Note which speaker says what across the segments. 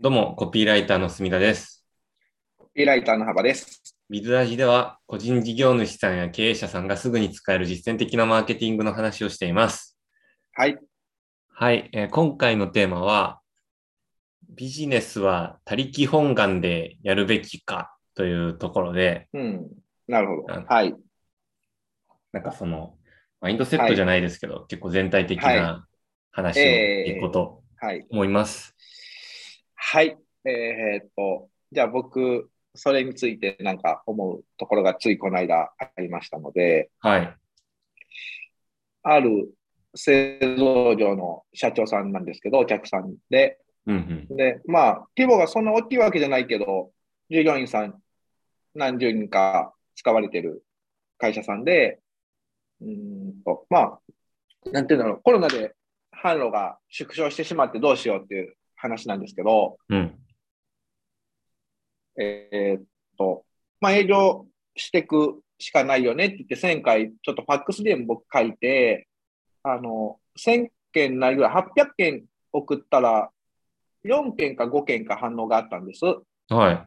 Speaker 1: どうも、コピーライターの墨田です。
Speaker 2: コピーライターの幅です。
Speaker 1: ビズラジでは、個人事業主さんや経営者さんがすぐに使える実践的なマーケティングの話をしています。
Speaker 2: はい。
Speaker 1: はい、えー今回のテーマは、ビジネスは他力本願でやるべきかというところで、
Speaker 2: うん。なるほ
Speaker 1: うん
Speaker 2: ど。はい。
Speaker 1: なんかその、マインドセットじゃないですけど、結構全体的な話をしていこうと
Speaker 2: はい。
Speaker 1: 思います。
Speaker 2: はい。えーっと、じゃあ僕、それについてなんか思うところがついこの間ありましたので、
Speaker 1: はい。
Speaker 2: ある製造業の社長さんなんですけど、お客さんで、
Speaker 1: うんうん。
Speaker 2: で、まあ、規模がそんな大きいわけじゃないけど、従業員さん何十人か使われてる会社さんで、うーんと、まあ、なんていうんだろう、コロナで販路が縮小してしまってどうしようっていう話なんですけど、
Speaker 1: うん。
Speaker 2: えーっと、まあ、営業していくしかないよねって言って、1000回、ちょっとファックスでも僕書いて、あの、1000件ないぐらい、800件送ったら、4件か5件か反応があったんです。
Speaker 1: はい。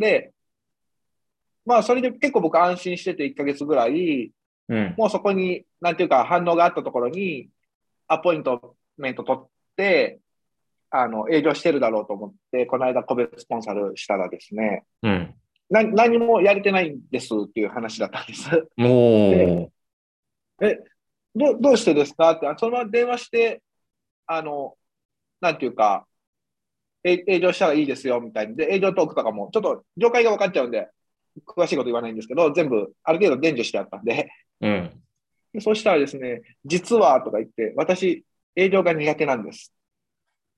Speaker 2: で、まあ、それで結構僕安心してて1ヶ月ぐらい、
Speaker 1: うん。
Speaker 2: もうそこに、なんていうか、反応があったところに、アポイントメント取って、あの、営業してるだろうと思って、この間個別コンサルしたらですね、
Speaker 1: うん。
Speaker 2: な何もやれてないんですっていう話だったんです。
Speaker 1: おー。
Speaker 2: どうどうしてですかって、あそのまま電話して、あの、なんていうか、え営業したらいいですよみたいに。で、営業トークとかも、ちょっと業界が分かっちゃうんで、詳しいこと言わないんですけど、全部ある程度伝授してあったんで、
Speaker 1: うん。
Speaker 2: でそうしたらですね、実はとか言って、私、営業が苦手なんです。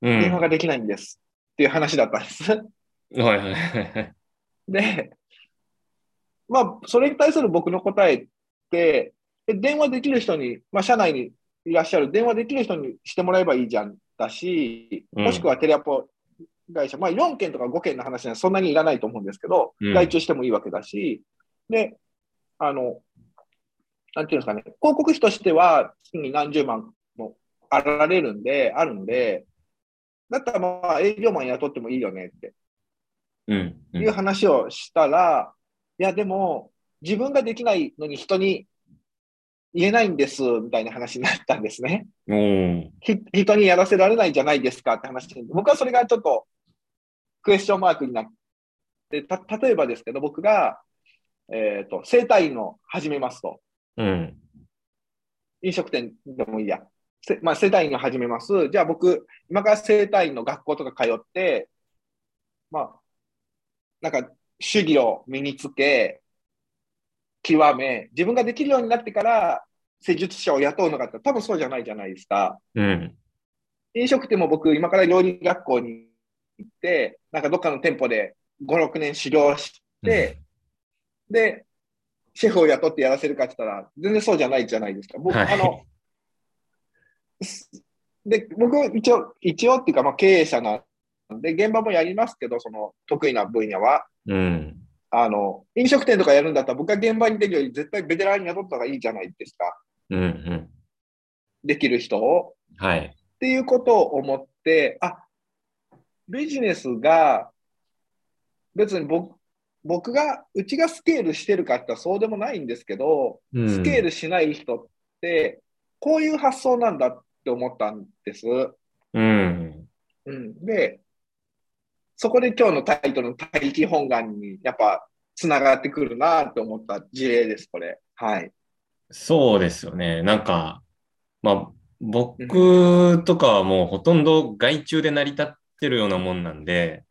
Speaker 1: う
Speaker 2: 電話
Speaker 1: ん。
Speaker 2: ができないんです。っていう話だったんです。
Speaker 1: はいはいはい。
Speaker 2: で、まあ、それに対する僕の答えって、え電話できる人に、まあ、社内にいらっしゃる、電話できる人にしてもらえばいいじゃんだし、
Speaker 1: うん
Speaker 2: もしくはテレアポ会社、まあ、4件とか5件の話はそんなにいらないと思うんですけど、
Speaker 1: うん
Speaker 2: 外注してもいいわけだし、で、あの、なんていうんですかね、広告費としては月に何十万もあられるんで、あるんで、だったらまあ営業マン雇ってもいいよねって。
Speaker 1: うん。うん
Speaker 2: いう話をしたら、いや、でも、自分ができないのに人に言えないんです、みたいな話になったんですね。
Speaker 1: おー。
Speaker 2: ひ人にやらせられないじゃないですかって話に僕はそれがちょっとクエスチョンマークになって、た例えばですけど、僕が、えっ、と、整体院を始めますと。
Speaker 1: うん。
Speaker 2: 飲食店でもいいや。せまあ、整体院を始めます。じゃあ僕、今から整体院の学校とか通って、まあ、なんか、主義を身につけ、極め、自分ができるようになってから、施術者を雇うのかって、多分そうじゃないじゃないですか。
Speaker 1: うん。
Speaker 2: 飲食店も僕、今から料理学校に行って、なんかどっかの店舗で5、6年修行して、で、シェフを雇ってやらせるかって言ったら、全然そうじゃないじゃないですか。僕、
Speaker 1: はい
Speaker 2: あの、すで、僕、一応、一応っていうか、まあ、経営者なんで、現場もやりますけど、その、得意な分野は。
Speaker 1: うん。
Speaker 2: あの、飲食店とかやるんだったら、僕が現場に出るより、絶対ベテランに雇った方がいいじゃないですか。
Speaker 1: うん。うん。
Speaker 2: できる人を。
Speaker 1: はい。
Speaker 2: っていうことを思って、あ、ビジネスが、別に僕、僕が、うちがスケールしてるかって言ったらそうでもないんですけど、
Speaker 1: うん
Speaker 2: スケールしない人って、こういう発想なんだって思ったんです。
Speaker 1: うん。
Speaker 2: うん、で、そこで今日のタイトルの「大気本願」にやっぱつながってくるなって思った事例です、これ。はい。
Speaker 1: そうですよね。なんか、まあ、僕とかはもうほとんど外注で成り立ってるようなもんなんで、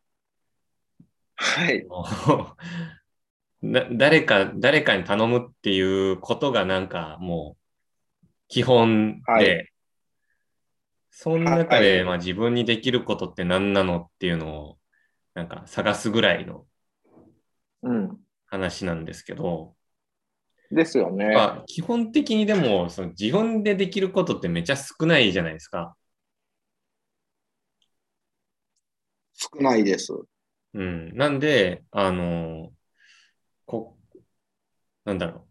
Speaker 2: はい。
Speaker 1: な誰か、誰かに頼むっていうことがなんかもう基本で、
Speaker 2: はい
Speaker 1: その中で、
Speaker 2: はい
Speaker 1: まあ、自分にできることって何なのっていうのをなんか探すぐらいの
Speaker 2: うん、
Speaker 1: 話なんですけど、
Speaker 2: ですよね。
Speaker 1: まあ、基本的にでも、その自分でできることってめちゃ少ないじゃないですか。
Speaker 2: 少ないです。
Speaker 1: うん。なんで、あの、こ、なんだろう。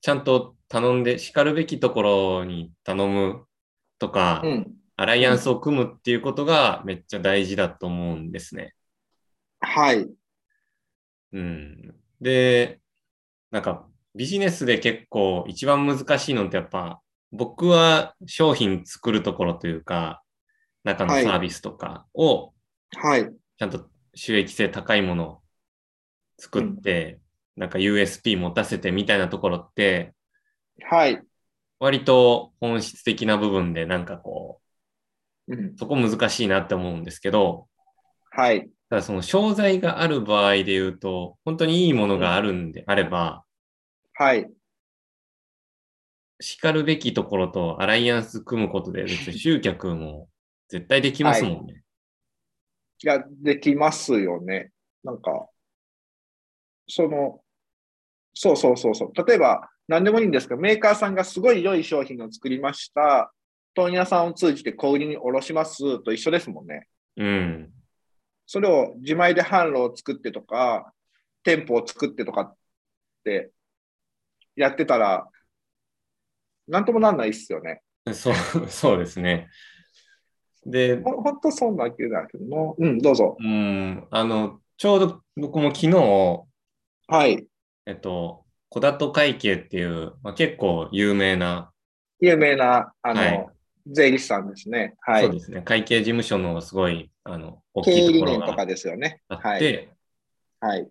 Speaker 1: ちゃんと頼んで、しかるべきところに頼むとか
Speaker 2: う、ん。
Speaker 1: アライアンスを組むっていうことがめっちゃ大事だと思うんですね。
Speaker 2: はい。
Speaker 1: うん。で、なんかビジネスで結構一番難しいのってやっぱ僕は商品作るところというか中のサービスとかを
Speaker 2: はい。
Speaker 1: ちゃんと収益性高いものを作って、なんか USP 持たせてみたいなところって
Speaker 2: はい。
Speaker 1: 割と本質的な部分でなんかこ
Speaker 2: うん
Speaker 1: う、そこ難しいなって思うんですけど、
Speaker 2: はい。
Speaker 1: ただその商材がある場合で言うと、本当にいいものがあるんであれば、
Speaker 2: はい。
Speaker 1: 叱るべきところとアライアンス組むことで別に集客も絶対できますもんね。
Speaker 2: いや、できますよね。なんか、その、そうそうそうそう。例えば、何でもいいんですけど、メーカーさんがすごい良い商品を作りました。問屋さんを通じて小売りに卸しますと一緒ですもんね。
Speaker 1: うん。
Speaker 2: それを自前で販路を作ってとか、店舗を作ってとかってやってたら、なんともなんないっすよね。
Speaker 1: そう、そうですね。で、
Speaker 2: ほほんとそんなわけだけども。うん、どうぞ。
Speaker 1: うん、あの、ちょうど僕も昨日、
Speaker 2: はい。
Speaker 1: えっと、小里会計っていう、まあ、結構有名な
Speaker 2: 有名な、あの、
Speaker 1: はい
Speaker 2: 税理士さんですね。は
Speaker 1: そ。
Speaker 2: いう
Speaker 1: ですね。会計事務所のすごい、あの、大
Speaker 2: 経
Speaker 1: き
Speaker 2: 営
Speaker 1: いと
Speaker 2: 理
Speaker 1: ころ
Speaker 2: 念とか
Speaker 1: が
Speaker 2: ですよね。
Speaker 1: あって、
Speaker 2: はい。はい。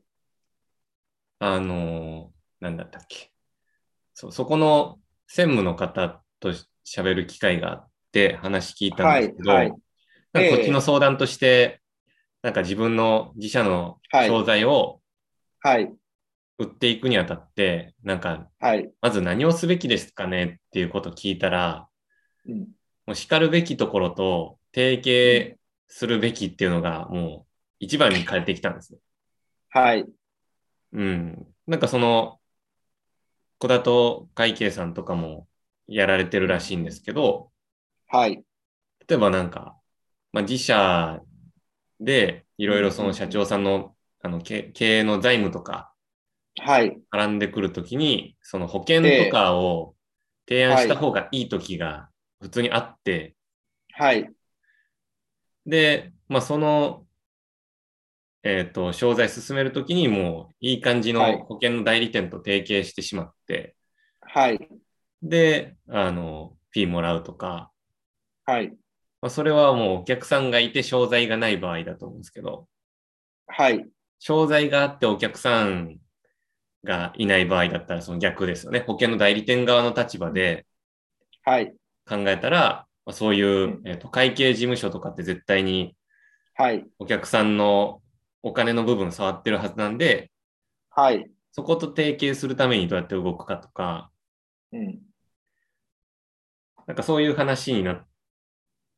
Speaker 1: あのー、なんだったっけ。そう、そこの専務の方と喋る機会があって、話聞いたんですけど、
Speaker 2: はいはい
Speaker 1: なんか
Speaker 2: ええ
Speaker 1: こっちの相談として、なんか自分の自社の
Speaker 2: はい
Speaker 1: 商材を
Speaker 2: はい。
Speaker 1: 売っていくにあたって、なんか、
Speaker 2: はい。
Speaker 1: まず何をすべきですかねっていうことを聞いたら、
Speaker 2: うん。
Speaker 1: もう叱るべきところと提携するべきっていうのがもう一番に変えてきたんですね。
Speaker 2: はい。
Speaker 1: うん。なんかその、小田と会計さんとかもやられてるらしいんですけど、
Speaker 2: はい。
Speaker 1: 例えばなんか、まあ、自社でいろいろそ
Speaker 2: うんう
Speaker 1: の
Speaker 2: んうん
Speaker 1: 社長さんのあのけ経営の財務とか
Speaker 2: はい。
Speaker 1: 絡んでくるときに、その保険とかを提案した方がいいときが普通にあって、
Speaker 2: はい。
Speaker 1: で、まあ、その、えっ、と、商材進めるときにもういい感じ
Speaker 2: はい
Speaker 1: の保険の代理店と提携してしまって、
Speaker 2: はい。
Speaker 1: で、あの、フィーもらうとか、
Speaker 2: はい。
Speaker 1: まあ、それはもうお客さんがいて商材がない場合だと思うんですけど、
Speaker 2: はい。
Speaker 1: 商材があってお客さんがいない場合だったらその逆ですよね。保険の代理店側の立場で
Speaker 2: はい。
Speaker 1: 考えたら、まあ、そういう
Speaker 2: うん、
Speaker 1: えっ、と、会計事務所とかって絶対に
Speaker 2: はい。
Speaker 1: お客さんのお金の部分触ってるはずなんで、
Speaker 2: はい。
Speaker 1: そこと提携するためにどうやって動くかとか、
Speaker 2: うん。
Speaker 1: なんかそういう話になっ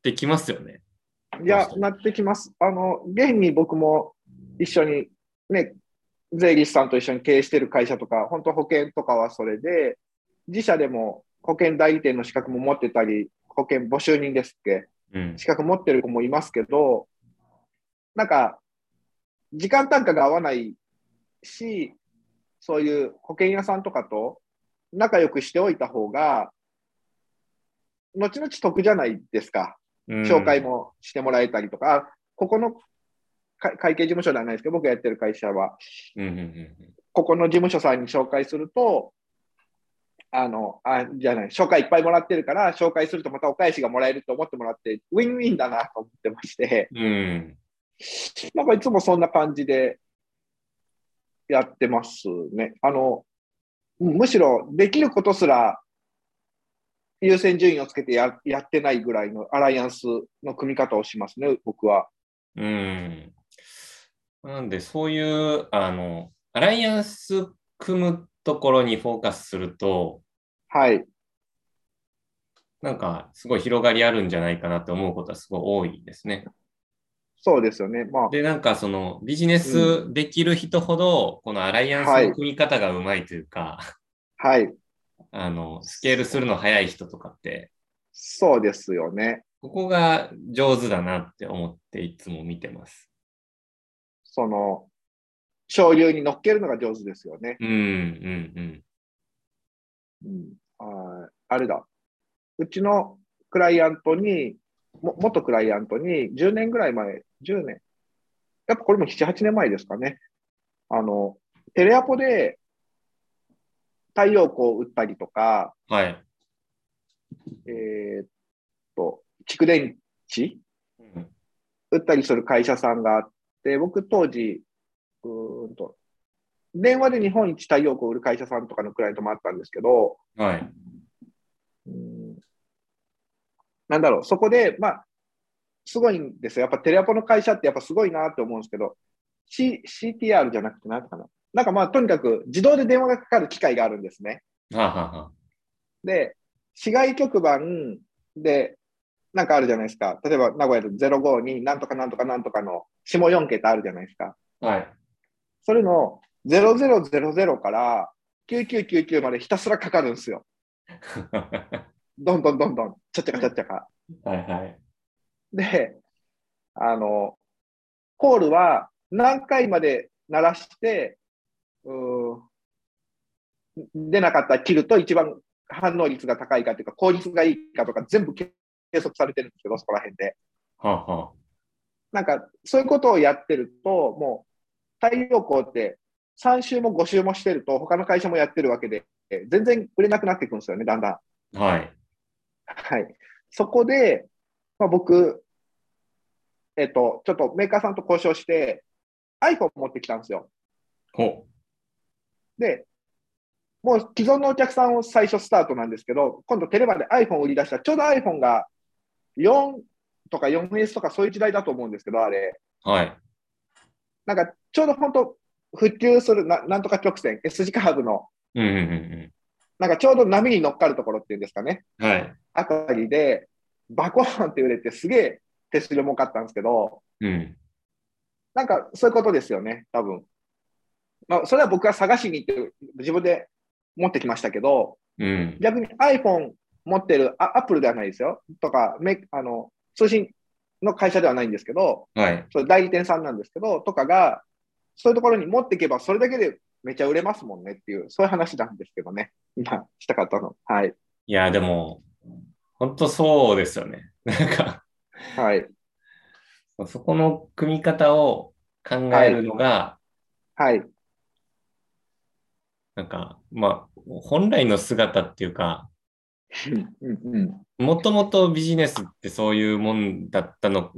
Speaker 1: てきますよね。
Speaker 2: いや、なってきます。あの、現に僕も一緒に、ね、税理士さんと一緒に経営してる会社とか、本当保険とかはそれで、自社でも保険代理店の資格も持ってたり、保険募集人ですっけ
Speaker 1: うん。
Speaker 2: 資格持ってる子もいますけど、なんか、時間単価が合わないし、そういう保険屋さんとかと仲良くしておいた方が、後々得じゃないですか。紹介
Speaker 1: も。
Speaker 2: もしてもらえたりとか、あここのか会計事務所ではないですけど、僕がやってる会社は、
Speaker 1: うんうんうん
Speaker 2: ここの事務所さんに紹介すると、あの、あ、じゃない、紹介いっぱいもらってるから、紹介するとまたお返しがもらえると思ってもらって、ウィンウィンだなと思ってまして、
Speaker 1: うん。うん。
Speaker 2: なんかいつもそんな感じでやってますね。あの、うんむしろできることすら優先順位をつけてややってないぐらいのアライアンスの組み方をしますね、僕は。
Speaker 1: うん。なんで、そういう、あの、アライアンス組むところにフォーカスすると、
Speaker 2: はい。
Speaker 1: なんかすごい広がりあるんじゃないかなって思うことはすごい多いですね。
Speaker 2: そうですよね。まあ、
Speaker 1: で、なんかそのビジネスできる人ほど、このアライアンスの組み方がうまいというか、
Speaker 2: はい。
Speaker 1: あの、スケールするの早い人とかって、
Speaker 2: そうですよね。
Speaker 1: ここが上手だなって思っていつも見てます。
Speaker 2: その、潮流に乗っけるのが上手ですよね。
Speaker 1: うん、うん、
Speaker 2: うん、あーあれだ。うちのクライアントに、も元クライアントに10年ぐらい前、10年、やっぱこれも7、8年前ですかね。あの、テレアポで太陽光を売ったりとか、
Speaker 1: はい。
Speaker 2: えーっと、蓄電池
Speaker 1: うん
Speaker 2: 売ったりする会社さんがあって、僕当時、うーんと、電話で日本一太陽光を売る会社さんとかのクライアントもあったんですけど、
Speaker 1: はい。
Speaker 2: うんなんだろう、そこで、まあ、すごいんですよ。やっぱテレアポの会社ってやっぱすごいなって思うんですけど、C、CTR じゃなくてなんてかな。なんかまあ、とにかく自動で電話がかかる機会があるんですね。
Speaker 1: はあ、はあはあ、
Speaker 2: で、市外局番で、なんかあるじゃないですか。例えば名古屋で05になんとかなんとかなんとかの下4桁あるじゃないですか。
Speaker 1: はい。
Speaker 2: それの0000から9999までひたすらかかるんですよ。どんどんどんどん、ちゃっちゃかちゃっちゃか。
Speaker 1: はいはい。
Speaker 2: で、あの、コールは何回まで鳴らして、うーん出なかったら切ると一番反応率が高いかというか、効率がいいかとか全部計測されてるんですけど、そこら辺で。
Speaker 1: はあ、は
Speaker 2: なんか、そういうことをやってると、もう、太陽光って3週も5週もしてると、他の会社もやってるわけで、全然売れなくなっていくんですよね、だんだん。
Speaker 1: あ、はい。
Speaker 2: はい。そこで、まあ、僕、えっと、ちょっとメーカーさんと交渉して、iPhone 持ってきたんですよ。
Speaker 1: ほ
Speaker 2: で、もう既存のお客さんを最初スタートなんですけど、今度テレバで iPhone を売り出したら、ちょうど iPhone が4とか 4S とかそういう時代だと思うんですけど、あれ。
Speaker 1: う。はい。
Speaker 2: なんか、ちょうど本当、普及するななんとか曲線、S 字カーブの、
Speaker 1: うんうんうん
Speaker 2: なんかちょうど波に乗っかるところっていうんですかね、
Speaker 1: うん。はい。
Speaker 2: あたりで、バコーンって売れて、すげえ手数料儲かったんですけど、
Speaker 1: うん。
Speaker 2: なんかそういうことですよね、多分。まあ、それは僕が探しに行って、自分で持ってきましたけど、
Speaker 1: うん。
Speaker 2: 逆に iPhone 持ってる、あ Apple ではないですよ、とか、メあの通信の会社ではないんですけど、
Speaker 1: はい。
Speaker 2: それ代理店さんなんですけど、とかが、そういうところに持っていけば、それだけでめちゃ売れますもんねっていう、そういう話なんですけどね、今、したかったの。はい。
Speaker 1: いや、でも、本当そうですよね。 なんか、
Speaker 2: はい。
Speaker 1: そこの組み方を考えるのが、
Speaker 2: はい。
Speaker 1: なんか、まあ、本来の姿っていうか、
Speaker 2: うんうん
Speaker 1: もともとビジネスってそういうもんだったの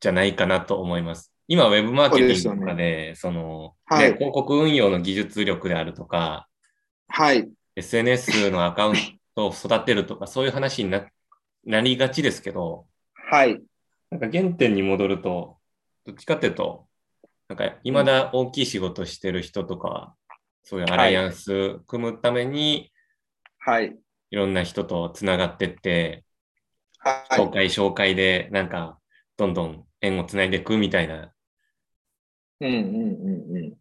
Speaker 1: じゃないかなと思います。今、ウェブマーケティングとかで、その、
Speaker 2: はい
Speaker 1: ね広告運用の技術力であるとか、
Speaker 2: はい。
Speaker 1: SNS のアカウントを育てるとか、そういう話にななりがちですけど、
Speaker 2: はい。
Speaker 1: なんか原点に戻ると、どっちかっていうと、なんか未だ大きい仕事してる人とかは、そういうアライアンス組むために、
Speaker 2: はい。
Speaker 1: いろんな人とつながってって、
Speaker 2: は
Speaker 1: 紹介紹介で、なんか、どんどん縁をつないでいくみたいな
Speaker 2: うんうんうんう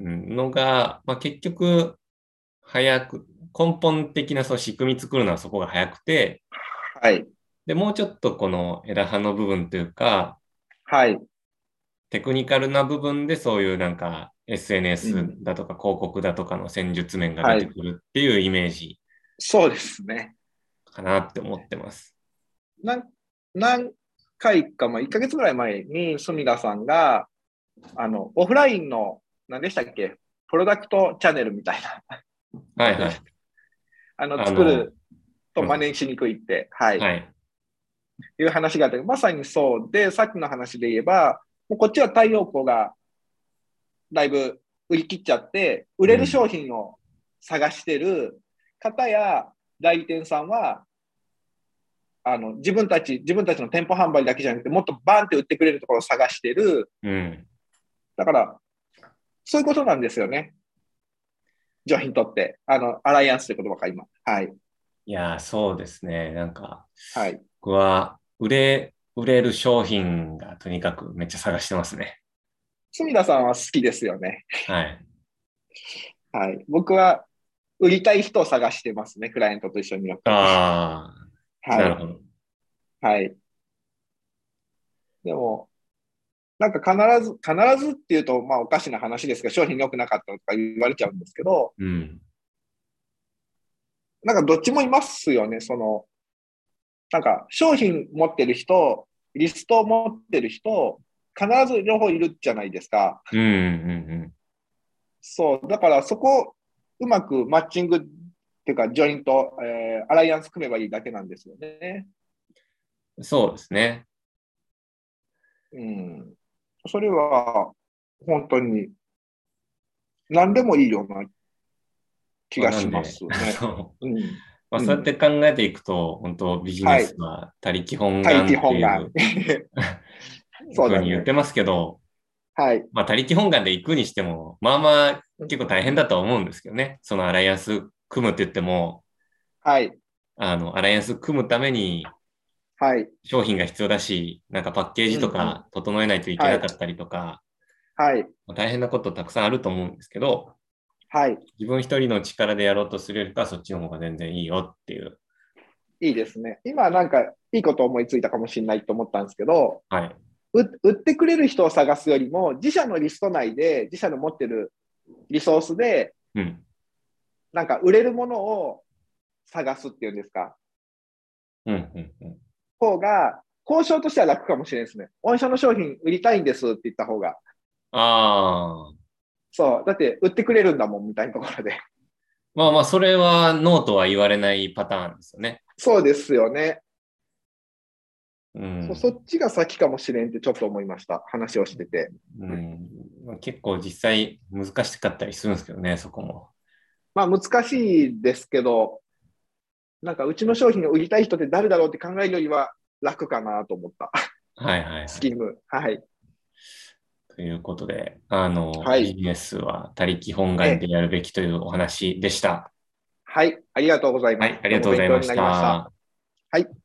Speaker 2: ん。
Speaker 1: うんのが、まあ、結局、早く、根本的なその仕組み作るのはそこが早くて、
Speaker 2: はい。
Speaker 1: で、もうちょっとこの枝葉の部分というか、
Speaker 2: はい。
Speaker 1: テクニカルな部分でそういうなんか
Speaker 2: う
Speaker 1: SNS
Speaker 2: ん
Speaker 1: だとか広告だとかの戦術面が出てくるっていうイメージ
Speaker 2: そうですね。
Speaker 1: かなって思ってます。
Speaker 2: なん何回か、まあ、1ヶ月ぐらい前に、隅田さんが、あの、オフラインの、何でしたっけ、プロダクトチャンネルみたいな、
Speaker 1: はいはい。
Speaker 2: あの、
Speaker 1: あの
Speaker 2: 作ると
Speaker 1: うん
Speaker 2: 真似しにくいって、はい、い、
Speaker 1: はい。
Speaker 2: う話があって、まさにそうで、さっきの話で言えば、もうこっちは太陽光が、だいぶ売り切っちゃって、売れる商品を探してる方や代理店さんは、あの自分たち、自分たちの店舗販売だけじゃなくて、もっとバンって売ってくれるところを探してる。
Speaker 1: うん。
Speaker 2: だから、そういうことなんですよね。ジョヒにとって、あの、アライアンスという言葉か、今。はい。
Speaker 1: いやー、そうですね。なんか、
Speaker 2: はい。
Speaker 1: 僕は売れ、売れる商品がとにかくめっちゃ探してます ね。
Speaker 2: 隅田さんは好きですよね。
Speaker 1: はい。
Speaker 2: はい。僕は、売りたい人を探してますね、クライアントと一緒によく。は
Speaker 1: ああ、なる
Speaker 2: い。
Speaker 1: ほど。
Speaker 2: はい。でも、なんか必ず、必ずっていうと、まあおかしな話ですけど、商品良くなかったとか言われちゃうんですけど、
Speaker 1: うん。
Speaker 2: なんかどっちもいますよね、その、なんか商品持ってる人、リストを持ってる人、必ず両方いるじゃないですか。
Speaker 1: うんうん
Speaker 2: そう、だからそこ、うまくマッチングっていうか、ジョイント、えーアライアンス組めばいいだけなんですよね。
Speaker 1: うん。そうですね。
Speaker 2: うん。それは、本当に、何でもいいような気がしますね。
Speaker 1: そう
Speaker 2: うん。
Speaker 1: まあ、
Speaker 2: うん
Speaker 1: そうやって考えていくと、本当ビジネスは他力本願
Speaker 2: 大
Speaker 1: って
Speaker 2: 気
Speaker 1: いうふう
Speaker 2: 本
Speaker 1: に
Speaker 2: 願。そうだね
Speaker 1: 言ってますけど、
Speaker 2: はい。
Speaker 1: まあ、他力本願で行くにしても、まあまあ結構大変だとは思うんですけどね。そのアライアンス組むって言っても、
Speaker 2: はい。
Speaker 1: あの、アライアンス組むために
Speaker 2: はい。
Speaker 1: 商品が必要だし、なんかパッケージと
Speaker 2: うんうん
Speaker 1: か整えないといけなかったりとか、
Speaker 2: はい。
Speaker 1: まあ大変なことたくさんあると思うんですけど、
Speaker 2: はい。
Speaker 1: 自分一人の力でやろうとするよりかはそっちの方が全然いいよっていう。
Speaker 2: いいですね。今、なんか、いいこと思いついたかもしれないと思ったんですけど、
Speaker 1: はい。
Speaker 2: う売ってくれる人を探すよりも、自社のリスト内で、自社の持ってるリソースで、
Speaker 1: うん。
Speaker 2: なんか売れるものを探すっていうんですか、
Speaker 1: うん、うん、うん。
Speaker 2: 方が、交渉としては楽かもしれないですね。御社の商品売りたいんですって言った方が。
Speaker 1: ああ。
Speaker 2: そう。だって、売ってくれるんだもん、みたいなところで。
Speaker 1: まあまあ、それはノーとは言われないパターンですよね。
Speaker 2: そうですよね、
Speaker 1: うん
Speaker 2: そう。そっちが先かもしれんってちょっと思いました。話をしてて。
Speaker 1: うん、まあ結構実際難しかったりするんですけどね、そこも。
Speaker 2: まあ、難しいですけど、なんか、うちの商品を売りたい人って誰だろうって考えるよりは楽かなと思った。
Speaker 1: はいはい、はい。
Speaker 2: スキーム。はい。
Speaker 1: ということで、あの、
Speaker 2: はい
Speaker 1: ビジネスは他力本願でやるべきというお話でした。
Speaker 2: はい、ありがとうございま
Speaker 1: は
Speaker 2: す。
Speaker 1: い、ありがとうございまし
Speaker 2: 勉強になり
Speaker 1: た。